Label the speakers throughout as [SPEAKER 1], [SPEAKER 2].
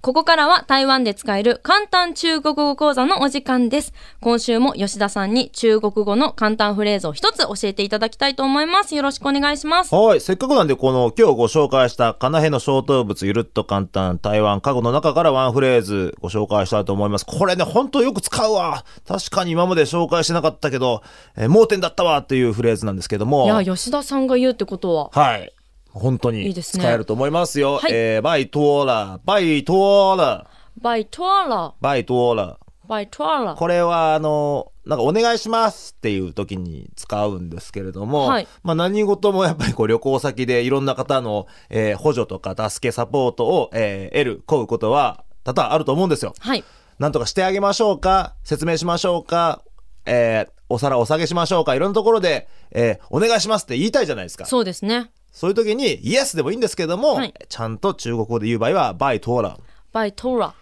[SPEAKER 1] ここからは台湾で使える簡単中国語講座のお時間です。今週も吉田さんに中国語の簡単フレーズを一つ教えていただきたいと思います。よろしくお願いします。
[SPEAKER 2] はい。せっかくなんで、この今日ご紹介した、カナヘの小動物、ゆるっと簡単、台湾、過去の中からワンフレーズご紹介したいと思います。これね、ほんとよく使うわ。確かに今まで紹介してなかったけど、えー盲点だったわっていうフレーズなんですけども。
[SPEAKER 1] いや、吉田さんが言うってことは。
[SPEAKER 2] はい。本当
[SPEAKER 1] い
[SPEAKER 2] に
[SPEAKER 1] いです
[SPEAKER 2] 使
[SPEAKER 1] ね
[SPEAKER 2] えると思いますよ。
[SPEAKER 1] はい
[SPEAKER 2] えー、バイトーラ、バイトーラ、
[SPEAKER 1] バイトワラ、
[SPEAKER 2] バイトーラ。
[SPEAKER 1] バイトワラ。
[SPEAKER 2] これはあのなんかお願いしますっていう時に使うんですけれども、
[SPEAKER 1] はい
[SPEAKER 2] まあ何事もやっぱりこう旅行先でいろんな方の、えー補助とか助けサポートを、えー得る、請うことは多々あると思うんですよ。
[SPEAKER 1] はい。
[SPEAKER 2] なんとかしてあげましょうか、説明しましょうか、えーお皿お下げしましょうか、いろんなところで、えーお願いしますって言いたいじゃないですか。
[SPEAKER 1] そうですね。
[SPEAKER 2] そういう時にイエスでもいいんですけども、
[SPEAKER 1] はい
[SPEAKER 2] ちゃんと中国語で言う場合は、バイトーラ
[SPEAKER 1] バイトラ。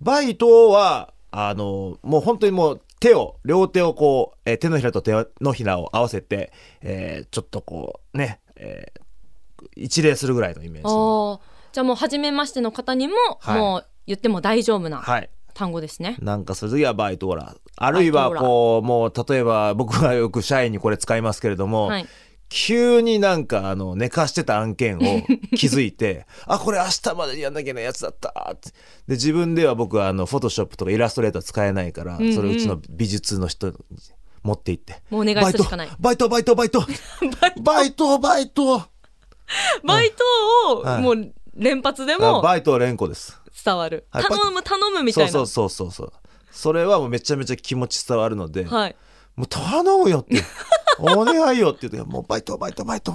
[SPEAKER 2] バイトは、あの、もう本当にもう手を、両手をこう、えー手のひらと手のひらを合わせて、えーちょっとこう、ね、えー一礼するぐらいのイメージの。
[SPEAKER 1] おーじゃあもう初めましての方にも、
[SPEAKER 2] はい
[SPEAKER 1] もう言っても大丈夫な
[SPEAKER 2] はい。
[SPEAKER 1] 単語ですね。
[SPEAKER 2] なんかするときはバイトラ。あるいは
[SPEAKER 1] バイトーラ
[SPEAKER 2] こう、もう例えば僕はよく社員にこれ使いますけれども、
[SPEAKER 1] はい。
[SPEAKER 2] 急になんかあの寝かしてた 案件を気づいてあこれ明日までにやんなきゃいけないやつだったってで自分では僕はあのフォトショップとかイラストレーター使えないから、
[SPEAKER 1] んうん
[SPEAKER 2] それうちの美術の人に持って行って
[SPEAKER 1] もうお願いするしかない
[SPEAKER 2] バイトバイトバ イトバイトバイト
[SPEAKER 1] バイト
[SPEAKER 2] は
[SPEAKER 1] を
[SPEAKER 2] い
[SPEAKER 1] もう連発で
[SPEAKER 2] あ
[SPEAKER 1] も
[SPEAKER 2] バイト連呼です
[SPEAKER 1] 伝わる。
[SPEAKER 2] はい
[SPEAKER 1] 頼む頼むみたい
[SPEAKER 2] そう
[SPEAKER 1] な。
[SPEAKER 2] そうそうそうそうそれはもうめちゃめちゃ気持ち伝わるので、
[SPEAKER 1] はい。
[SPEAKER 2] もう頼むよってお願いよって言うともうバイトバイトバイト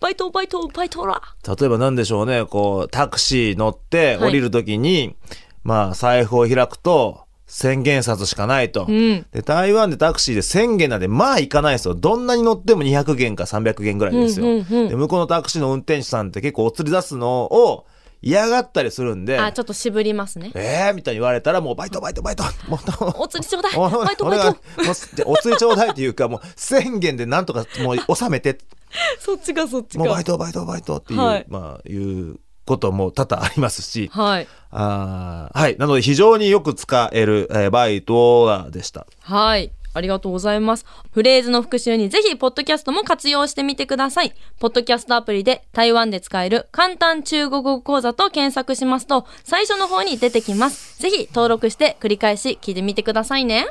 [SPEAKER 1] バイトバイトバイトラ。
[SPEAKER 2] 例えば何でしょうねこうタクシー乗って
[SPEAKER 1] はい
[SPEAKER 2] 降りる時に、まあ財布を開くと千元札しかないと、
[SPEAKER 1] うん。
[SPEAKER 2] で台湾でタクシーで1000元なんでまあ行かないですよどんなに乗っても200元か300元ぐらいですよ、
[SPEAKER 1] うんうんうん
[SPEAKER 2] で向こうのタクシーの運転手さんって結構お釣り出すのを嫌がったりするんで
[SPEAKER 1] あ、ちょっと渋りますね。
[SPEAKER 2] えーみたいに言われたらもうバイトバイトバイトもう
[SPEAKER 1] お釣りちょうだい。
[SPEAKER 2] お
[SPEAKER 1] バイト
[SPEAKER 2] お
[SPEAKER 1] バイ
[SPEAKER 2] 願い
[SPEAKER 1] ト。
[SPEAKER 2] もうじゃあお釣りちょうだいっていうかもう1000元でなんとかもう収 めて
[SPEAKER 1] そっちかそっち
[SPEAKER 2] もうバイ
[SPEAKER 1] か。
[SPEAKER 2] トバイトバイトっていう、
[SPEAKER 1] はい
[SPEAKER 2] まあいうことも多々ありますし、
[SPEAKER 1] はい。
[SPEAKER 2] あーはい。なので非常によく使える、えーバイトはでした。
[SPEAKER 1] はい。ありがとうございます。フレーズの復習にぜひ、ポッドキャストも活用してみてください。ポッドキャストアプリで、台湾で使える簡単中国語講座と検索しますと、最初の方に出てきます。ぜひ、登録して、繰り返し聞いてみてくださいね。